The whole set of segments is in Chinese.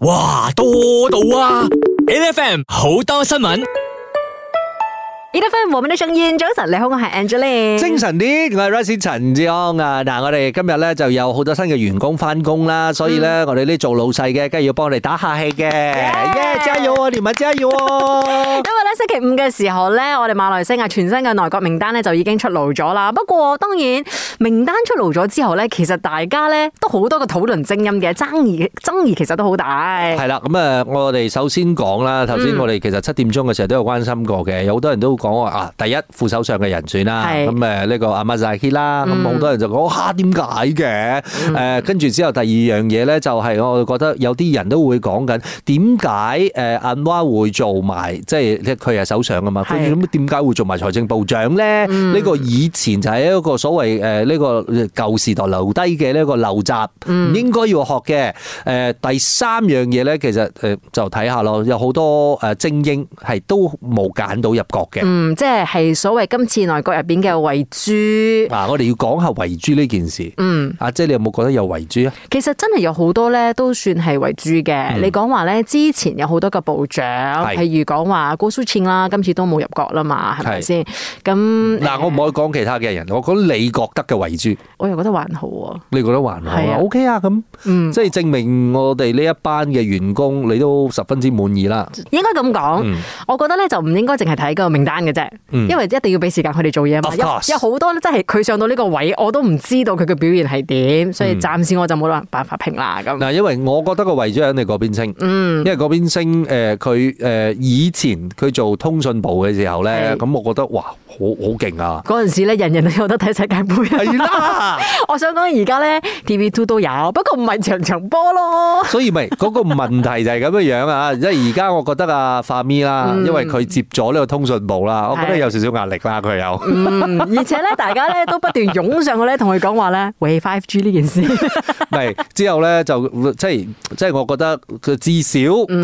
哇，多到啊！N F M 好多新聞， E F M 我們的聲音，早晨，你好，我係 Angeline。精神啲，我係 Rice 陳志安啊！嗱，我哋今日咧就有好多新嘅員工翻工啦，所以咧我哋呢做老細嘅，梗係要幫我哋打下氣嘅，耶！加油啊，你們加油 啊！因為咧星期五嘅時候咧，我哋馬來西亞全新嘅內閣名單咧就已經出爐咗啦。不過當然名單出爐咗之後咧，其實大家咧都好多嘅討論聲音嘅，爭議爭議其實都好大。係啦，咁啊，我哋首先講啦，頭先我哋其實七點鐘嘅時候都有關心過嘅，有好多人都講話啊，第一副首相嘅人選啦，係嗯咁誒呢個阿馬扎希啦，咁好多人就講嚇點解嘅？誒，跟住之後第二樣嘢咧，就係我覺得有啲人都會講緊點解誒安華會做埋，即係佢係首相啊嘛，佢係嗯咁點解會做埋財政部長咧？呢個以前就係一個所謂誒呢個舊時代留低嘅呢個陋習，嗯唔應該要學嘅。誒、第三樣嘢咧，其實誒、呃就睇下咯，有好多誒精英係都冇揀到入閣嘅。嗯，即係係所謂今次內閣入邊嘅遺珠。 嗱、我哋要講下遺珠呢件事。嗯，阿姐，你有冇覺得有遺珠啊？其實真係有好多咧，都算係為主嘅。嗯你講話咧，之前有好多個部長，係譬如講話郭書倩啦，今次都冇入閣啦嘛，係咪係先？咁嗱、我唔可以講其他嘅人，我講你覺得嘅遺珠，我又覺得還好喎。你覺得還好係啊啊？OK 啊，咁嗯，即係證明我哋呢一班嘅員工，你都十分之滿意啦。應該咁講，嗯我覺得咧就唔應該淨係睇個名單嘅啫，嗯因為一定要俾時間佢哋做嘢嘛。 Of 有 course 有好多咧，真係佢上到呢個位，我都唔知道佢嘅表現係點，所以暫時我就冇辦法評啦咁。嗯嗱，因為我覺得個遺珠喺你嗰邊升。嗯因，為嗰邊升誒佢誒以前佢做通訊部嘅時候咧，係！咁我覺得哇好好勁啊嗰陣時咧，人人都有得睇世界盃。啊係 啦， 我想講而家咧，TV Two 都有，不過唔係場場波咯。所以咪嗰個問題就係咁樣樣啊！ 即係而家我覺得啊，化咪啦，因為佢接咗呢個通訊部啦，我覺得嗯係有少少壓力啦，佢 有。嗯，而且咧，大家咧都不斷湧上去咧，同佢講話咧，喂 Five G 呢件事，唔係之後咧就即係即係我覺得佢至嗯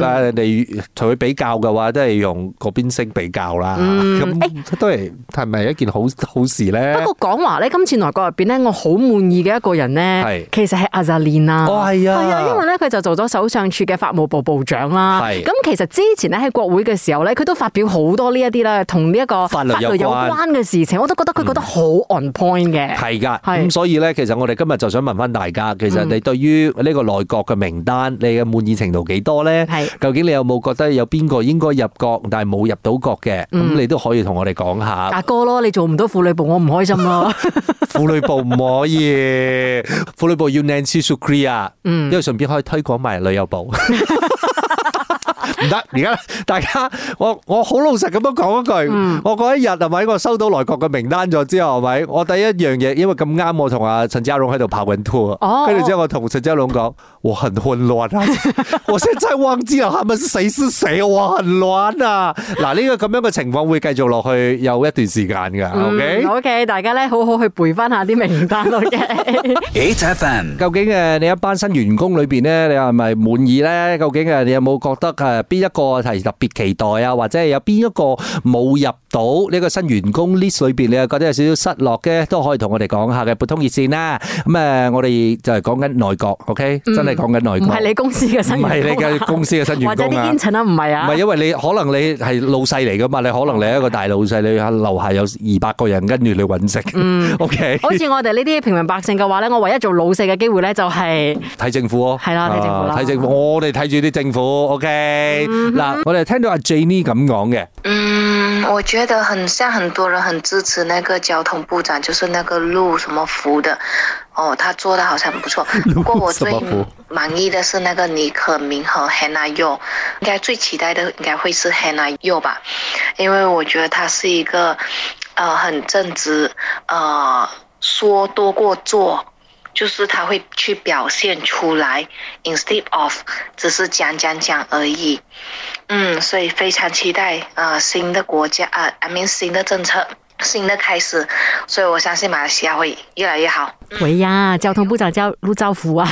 少啊你同佢比較嘅話，都係用嗰邊升比較啦。咁都係係咪一件好好事咧？嗯哎不過講話咧，今次內閣入邊咧，我好滿意嘅一個人咧係，其實係阿扎蓮啊。哦係啊係啊，因為咧佢就做咗首相處嘅法務部部長啦。係咁其實之前咧喺國會嘅時候咧，佢都發表好多呢一啲咧同呢一個法律有關關嘅事情，我都覺得佢覺得好 on point 嘅。係噶，係嗯咁所以咧，其實我哋今日就想問翻大家，其實你對於呢個內閣嘅名單，你嘅滿意程度幾多咧係？究竟你有冇覺得有邊個應該入閣，但係冇入到閣嘅？嗯咁你都可以同我哋講下。大哥咯，你做唔到婦女部，我唔開心咯。 婦女部唔可以，婦女部要 Nancy Sukri 啊，因為順便可以推廣埋旅遊部。唔得，而家大家，我我好老實咁樣講一句，我嗰一日係咪我收到內閣嘅名單咗之後係咪？我第一樣嘢，因為咁啱我同阿陳家勇喺度跑緊 tour，哦跟住之後我同陳家勇講，我很混亂啊，我現在忘記了他們是誰是誰，我很亂啊。嗱，呢個咁樣嘅情況會繼續落去有一段時間㗎，OK？ O K，大家咧好好去背翻下啲名單咯。OK 究竟誒你一班新員工裏邊咧，你係咪滿意咧？究竟誒你有冇覺得誒邊一個係特別期待啊？或者係有邊一個冇入到呢個新員工 list 裏邊，你又覺得有少少失落嘅，都可以同我哋講下嘅。撥通熱線啦，咁誒我哋就係講緊內閣，OK，真係講緊內唔係閣，你公司嘅新唔員工啊係你嘅公司嘅新或員者啲工啊 intern 啦，唔係啊唔係。因為你可能你係老細嚟噶嘛，你可能你係一個大老細，你樓下有二百個人跟住你揾食，OK， 好似我哋呢啲平民百姓嘅話咧，我唯一做老細嘅機會咧就係、睇政府咯，係啦睇政府啦嗯啊睇政府，我哋睇住啲政府，OK，嗱，我哋聽到阿 Jenny 咁 講嘅，。嗯，我觉得很像很多人很支持那个交通部长，就是那个陆什么福的，哦，他做的好像很不错不过我 最陆什么福满意的是那个尼可明和 Hannah Yo，应该最期待的应该会是 Hannah Yo 吧，因为我觉得他是一个呃很正直，呃说多过做。就是他会去表现出来，instead of 只是讲讲讲而已。嗯，所以非常期待啊、呃新的国家啊，I mean 新的政策，新的开始，所以我相信马来西亚会越来越好。喂呀，交通部長交陸兆福啊，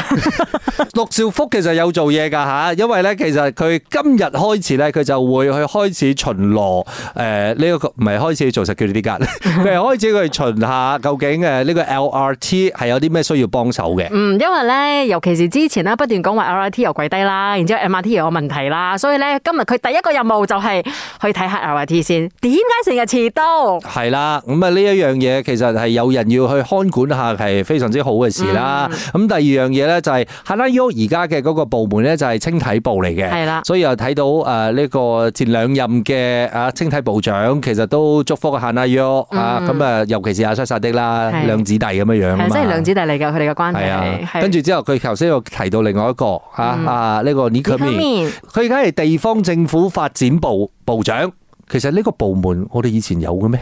陸兆福其實有做嘢㗎吓，因為咧其實佢今日開始咧，佢就會去開始巡邏誒呢一個唔係開始做實叫呢啲㗎， 佢係開始去巡下究竟誒呢個 LRT 係有啲咩需要幫手嘅。 嗯，因為咧，尤其是之前咧不斷講話 LRT 又跪低啦，然之後 MRT 又有問題啦，所以咧今日佢第一個任務就係去睇下 LRT 先，點解成日遲到？係啦，咁啊呢一樣嘢其實係有人要去看管下係非常之好嘅事啦。咁、第二樣嘢咧就係 h a n a y o 而家嘅嗰個部門咧就係青體部嚟嘅，係啦所以又睇到誒呢個前兩任嘅啊青體部長其實都祝福 h a n a y o 啊，咁啊尤其是阿沙沙的啦，係兩子弟咁樣樣啊嘛係真係兩姊弟嚟㗎，佢哋嘅關係啊係。，係跟住之後佢頭先又提到另外一個啊啊呢個 n i k 呢 o 方 m i 面佢而家係地方政府發展部部長。其實呢個部門我哋以前有嘅咩？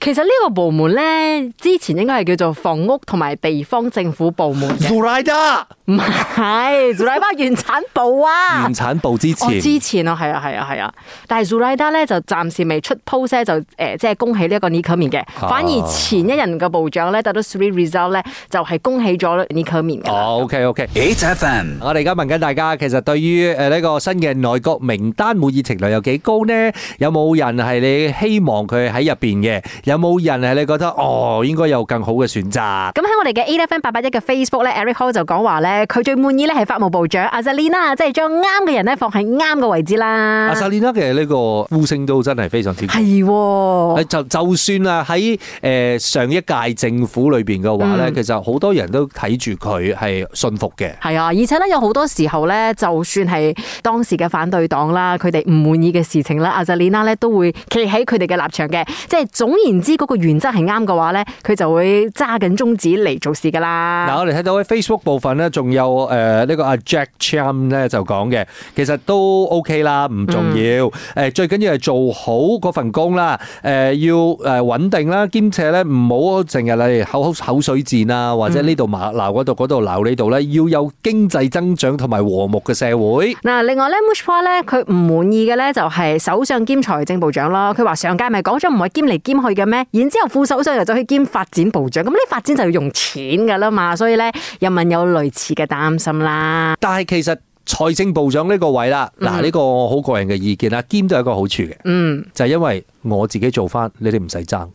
其實呢個部門咧，之前應該係叫做房屋同埋地方政府部門嘅， Zuraida 唔係 z u r a d a 原產部啊原。產部之我前，之前啊，係啊，係啊，係啊，但係 Zuraida 咧就暫時未出 post 咧，就誒、呃即係恭喜呢一個 n i k o m i 嘅，啊反而前一任嘅部長咧得到 three result 咧，就係、恭喜咗 n i k o m i 嘅。哦，OK OK。 8FM. 我哋而家問緊大家，其實對於誒呢個新嘅內閣名單滿意程度有幾高呢？有冇人係你希望佢喺入邊嘅？有冇人係你覺得哦應該有更好嘅選擇？咁喺我哋嘅 A F M 八八一嘅 Facebook 咧，Eric Hall 就講話咧，佢最滿意咧係法務部長 a z e l i n a 即係將啱嘅人咧放喺啱嘅位置啦阿。薩蓮娜嘅呢個呼聲都真係非常之高。係喎。誒就就算啊喺誒上一屆政府裏邊嘅話咧，其實好多人都睇住佢係信服嘅。係啊，而且咧有好多時候咧，就算係當時嘅反對黨啦，佢哋唔滿意嘅事情啦，阿扎 l 娜咧都會企喺佢哋嘅立場嘅。即係總言之，嗰個原則係啱嘅話咧，佢就會揸緊中指嚟做事噶嗱，啦。我哋睇到喺 Facebook 部分咧，仲有誒呢個阿 Jack Cham 咧就講嘅，其實都 OK 啦，唔重要。誒最緊要係做好嗰份工啦，誒要誒穩定啦，兼且咧唔好淨係嚟口口口水戰啊，或者呢度罵鬧嗰度，嗰度鬧呢度咧，要有經濟增長同埋和睦嘅社會。嗱，另外咧 m u s h p a 咧，佢唔滿意嘅咧就係首相兼財政部長咯。佢話上屆咪講咗唔係兼嚟兼去嘅咩？然之後副首相又走去兼發展部長，咁呢發展就要用錢噶啦嘛，所以咧人民有類似嘅擔心啦。但係其實財政部長呢個位啦，嗱呢個我好個人嘅意見啦，兼都有一個好處嘅，嗯。就係因為我自己做翻，你哋唔使爭。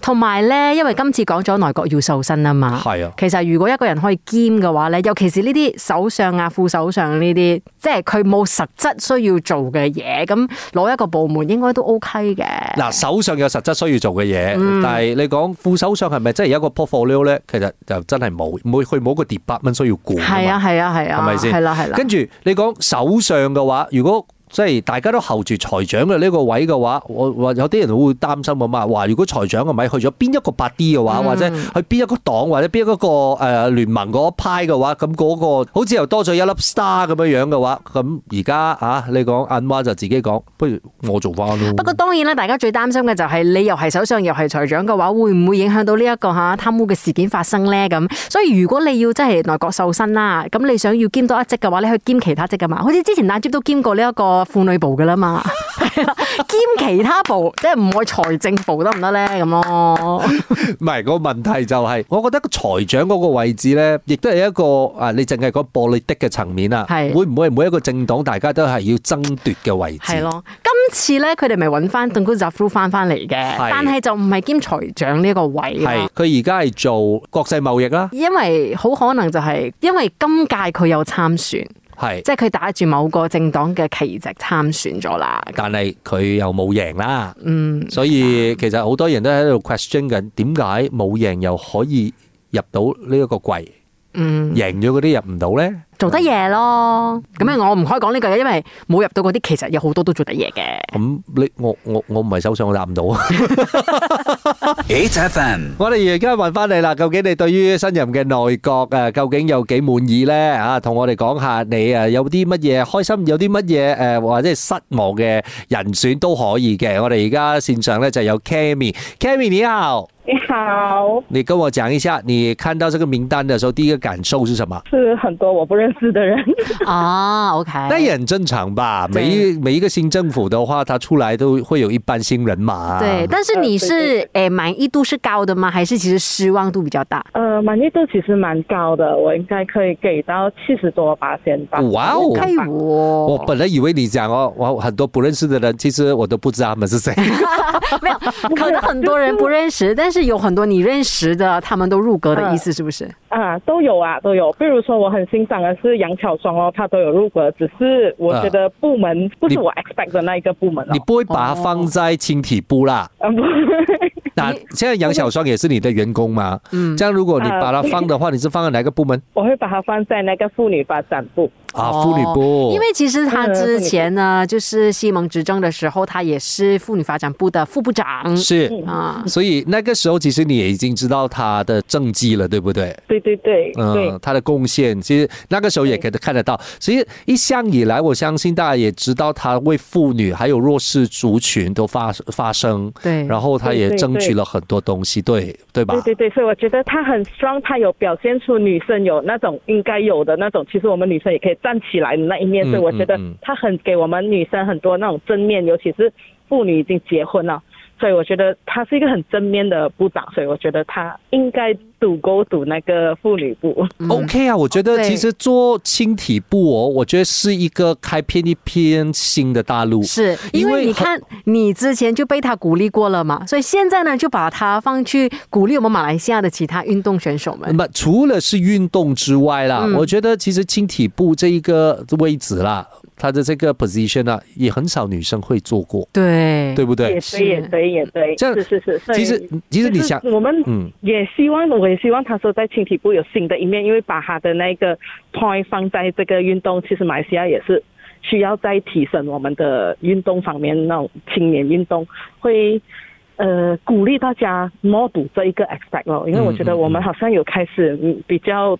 同埋咧，因為今次講咗內閣要瘦身啊嘛，係啊其實如果一個人可以兼嘅話咧，尤其是呢啲首相啊、副首相呢啲，即係佢冇實質需要做嘅嘢，咁攞一個部門應該都 OK 嘅。嗱，手上有實質需要做嘅嘢，嗯但係你講副手上係咪真係有一個 portfolio 咧？其實就真係冇，冇佢冇一個 department 需要管㗎嘛係啊，係啊，係啊，係咪先係啦，係啦。跟住你講首相嘅話，如果即係大家都候住財長嘅呢個位嘅話，我話有啲人會擔心咁啊，話如果財長嘅咪去咗邊一個八 D 嘅話，嗯或者去邊一個黨或者邊一個誒、呃、聯盟嗰一派嘅話，咁嗰、個好似又多咗一粒 star 咁樣樣嘅話，咁而家啊，你講銀媽就自己講，不如我做翻咯。不過當然啦，大家最擔心嘅就係你又係首相又係財長嘅話，會唔會影響到呢一個嚇貪污嘅事件發生呢？咁所以如果你要真係內閣瘦身啦，咁你想要兼多一職嘅話，你可以兼其他職噶嘛。好似之前阿 j 都兼過呢一個婦女部噶啦嘛， 係啦兼其他部，即係唔愛財政部得唔得呢？咁咯，唔係個問題就係、我覺得個財長嗰個位置咧，亦都係一個啊，你淨係講暴力的嘅層面啊，係會唔會係每一個政黨大家都係要爭奪嘅位置？係咯。今次呢，佢哋咪揾翻鄧官澤夫翻翻嚟嘅，係但係就唔係兼財長呢一個位咯係，佢而家係做國際貿易啦，因為好可能就係因為今屆佢有參選。係，即係佢打住某個政黨嘅旗籍參選咗啦。但係佢又冇贏啦，嗯，所以其實好多人都喺度 question 緊點解冇贏又可以入到呢一個櫃，嗯，贏咗嗰啲入唔到咧？做得嘢咯。咁樣我唔可以講呢句嘅，因為冇入到嗰啲，其實有好多都做得嘢嘅。咁你我我我唔係首相，我答唔到。啊 8FM. 我哋而家問翻你啦，究竟你對於新任嘅內閣誒，究竟有幾滿意呢？啊，同我哋講下你誒有啲乜嘢開心，有啲乜嘢誒或者係失望嘅人選都可以嘅。我哋而家線上咧就有 Cammy，Cammy 你好，你好，你跟我讲一下，你看到这个名单的时候，第一个感受是什么？是很多我不认识的人， 啊，OK，那也很正常吧。每一每一个新政府的话，他出来都会有一般新人马。对，但是你是诶满意度是高的吗？还是其实失望度比较大？呃，满意度其实蛮高的，我应该可以给到七十多八先吧。哇哦！哎我我 本来以为你讲哦，我很多不认识的人，其实我都不知道他们是谁。没有，可能很多人不认识，但是有很多你认识的，他们都入阁的意思是不是？啊，都有啊，都有。比如说，我很欣赏的是杨巧双哦，她都有入阁，只是我觉得部门不是你我 expect 的那一个部门哦你。不会把它放在青体部啦？啊不那现在杨小双也是你的员工嘛？嗯，这样如果你把它放的话，你是放在哪个部门 我会把它放在那个妇女发展部。啊？妇女部哦，因为其实他之前呢，就是西蒙执政的时候，他也是妇女发展部的副部长是，啊。所以那个时候其实你也已经知道他的政绩了，对不对？对对对、对嗯，，他的贡献，其实那个时候也可以看得到。其实一向以来，我相信大家也知道，他为妇女还有弱势族群都发发声，对然后他也对对争取对了很多东西，对对吧？对对对，所以我觉得她很 strong，她有表现出女生有那种应该有的那种，其实我们女生也可以站起来的那一面。嗯所以我觉得嗯嗯她很给我们女生很多那种正面，尤其是妇女已经结婚了，所以我觉得她是一个很正面的部长，所以我觉得她应该赌勾赌那个妇女部。 OK 啊，我觉哦得对其实做轻体部哦，我觉得是一个开辟一片新的大陆。是因因为为你很看，你之前就被他鼓励过了嘛，所以现在呢，就把他放去鼓励我们马来西亚的其他运动选手那们。么除了是运动之外啦，嗯我觉得其实轻体部这一个位置啦，它的这个 position 啊，也很少女生会做过，对对不对也？对，也对，也对，这样是是是。所以其实其实你想就是我们嗯也希望，我也希望他说在青体部有新的一面，因为把他的那个 point 放在这个运动，其实马来西亚也是需要再提升我们的运动方面那种青年运动会。呃，鼓励大家 more 赌这一个 aspect 咯，因为我觉得我们好像有开始嗯比较，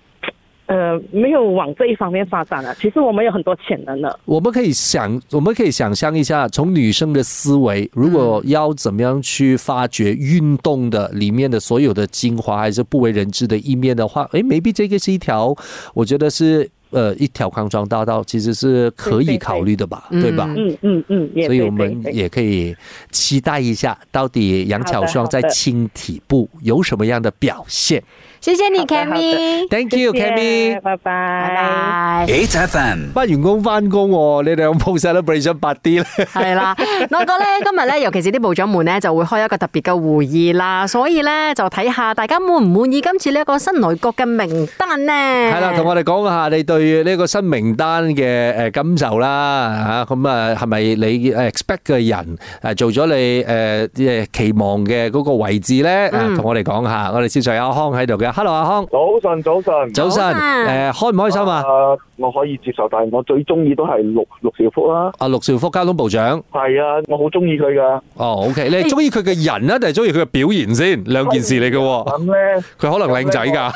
呃，没有往这一方面发展了。其实我们有很多潜能的，我们可以想，我们可以想象一下，从女生的思维，如果要怎么样去发掘运动的里面的所有的精华，还是不为人知的一面的话，诶 m a y b e 这个是一条，我觉得是呃一条康庄大道，其实是可以考虑的吧，对对对吧？嗯嗯嗯，也所以对我们对对也可以期待一下，到底杨巧双在好的好的轻体部有什么样的表现谢谢你好的好的，Cammy， ？Thank you, 谢谢 Cammy。拜拜，拜拜。拜 8FM。班員工翻工喎，你哋有冇 celebration 八 D 咧？係 啦，我覺咧今日咧，尤其是啲部長們咧，就會開一個特別嘅會議啦，所以咧就睇下大家滿唔滿意今次呢一個新內閣嘅名單呢？系啦，同我哋講下你對呢個新名單嘅诶感受啦吓，咁啊係咪你呃 expect 嘅人诶做咗你诶诶期望嘅嗰個位置咧？啊同我哋講下，我哋先上有阿康喺度嘅，Hello 阿康，早晨，早晨。早晨，早晨诶開唔開心啊？啊我可以接受，但系我最中意都係陸陸兆福啦。阿陸兆福交通部長，係啊，我好中意佢噶。哦，OK，你係中意佢嘅人啊，定係中意佢嘅表現先？兩件事嚟嘅喎，咁咧佢可能靚仔㗎，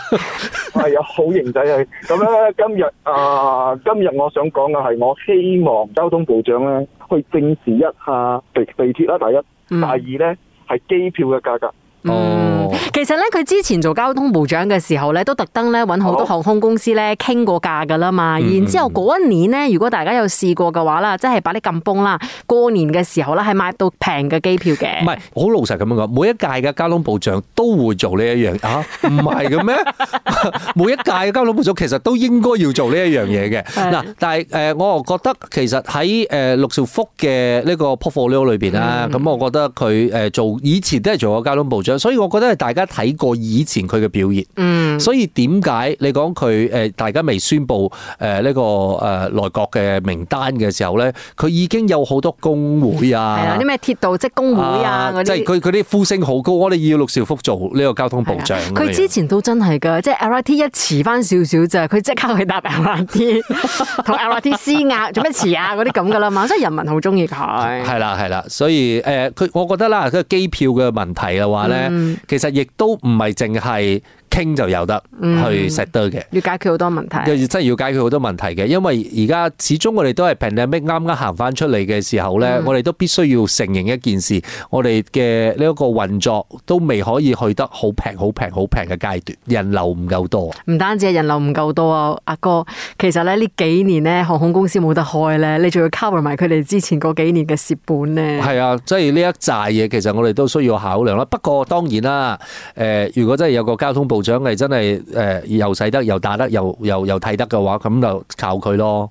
係有好型仔係。咁咧今日啊，今日我想講嘅係，我希望交通部長咧去正視一下地地鐵啦，第一，嗯第二咧係機票嘅價格。嗯哦，其實咧，佢之前做交通部長嘅時候咧，都特登咧揾好多好航空公司咧傾過價噶啦嘛。嗯然之後嗰一年咧，如果大家有試過嘅話啦，即係把你撳崩啦，過年嘅時候咧係買到平嘅機票嘅。唔 係，我好老實咁樣講，每一屆嘅交通部長都會做呢一樣 啊，唔係嘅咩？ 每一屆嘅交通部長其實都應該要做呢一樣嘢嘅。係嗱，但係誒、呃我又覺得其實喺誒陸兆福嘅呢個 portfolio 裏邊嗯啦，咁、我覺得佢誒、呃做以前都係做過交通部長，所以我覺得係大家睇過以前佢嘅表現。嗯，所以點解你講佢誒大家未宣布誒呢個誒內閣嘅名單嘅時候咧，佢已經有好多工會啊，係啦，啲咩鐵道職工會啊嗰即啲。係佢佢啲呼聲好高，我哋要陸兆福做呢個交通部長。係啊佢之前都真係噶，即係 LRT 一遲翻少少咋，佢即刻去搭 LRT，同 LRT 施壓，做咩遲啊嗰啲咁噶啦嘛，所以人民好中意佢。係啦係啦，所以嗯誒佢、我覺得啦，佢機票嘅問題嘅話咧，其實亦都唔係淨係。傾就有得嗯去 set 得嘅。要解決好多問題。又真係要解決好多問題嘅，因為而家始終我哋都係 pandemic 啱啱行翻出嚟嘅時候嗯咧，我哋都必須要承認一件事，我哋嘅呢一個運作都未可以去得好平、好平、好平嘅階段，人流唔夠多。唔單止係人流唔夠多啊，阿哥，其實咧呢幾年咧航空公司冇得開咧，你仲要 cover 埋佢哋之前嗰幾年嘅蝕本咧。係啊，即係呢一扎嘢，其實我哋都需要考量啦。不過當然啦，誒、如果真係有個交通部長係真係誒、又使得又打得又又又睇得嘅話，咁就靠佢咯。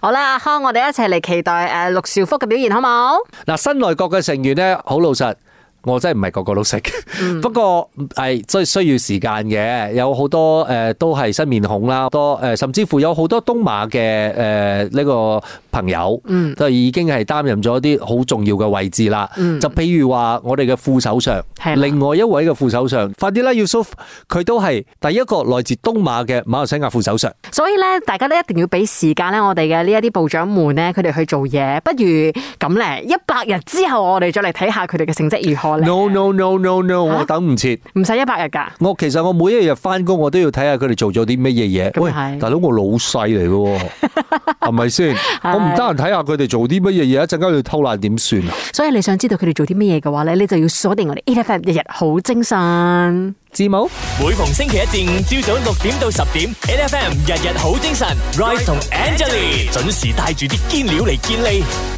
好啦，阿康，我哋一齊嚟期待誒呃陸兆福嘅表現，好冇？嗱，新內閣嘅成員咧，好老實。我真係唔係個個都識， 不過係真係需要時間嘅，有好多誒、呃都係新面孔啦，多誒、呃甚至乎有好多東馬嘅誒呢個朋友，都係已經係擔任咗啲好重要嘅位置啦。就譬如話我哋嘅副首相係啦，另外一位嘅副首相，快啲啦 y u s u 佢都係第一個來自東馬嘅馬來西亞副首相。所以咧，大家都一定要俾時間咧，我哋嘅呢一啲部長們咧，佢哋去做嘢。不如咁咧，一百日之後我哋再嚟睇下佢哋嘅成績如何咧。 No no no no no，啊我等唔切。唔使一百日㗎。我其實我每一日翻工，我都要睇下佢哋做咗啲乜嘢嘢。咁喂係，大佬我老細嚟嘅喎，係咪先？我唔得閒睇下佢哋做啲乜嘢嘢，一陣間要偷懶點算啊？所以你想知道佢哋做啲乜嘢嘅話咧，你就要鎖定我哋 A F M 日日好精神。字母。每逢星期一至五朝早六點到十點，N F M 日日好精神，Rise 同 Angelie 準時帶住啲堅料嚟健利。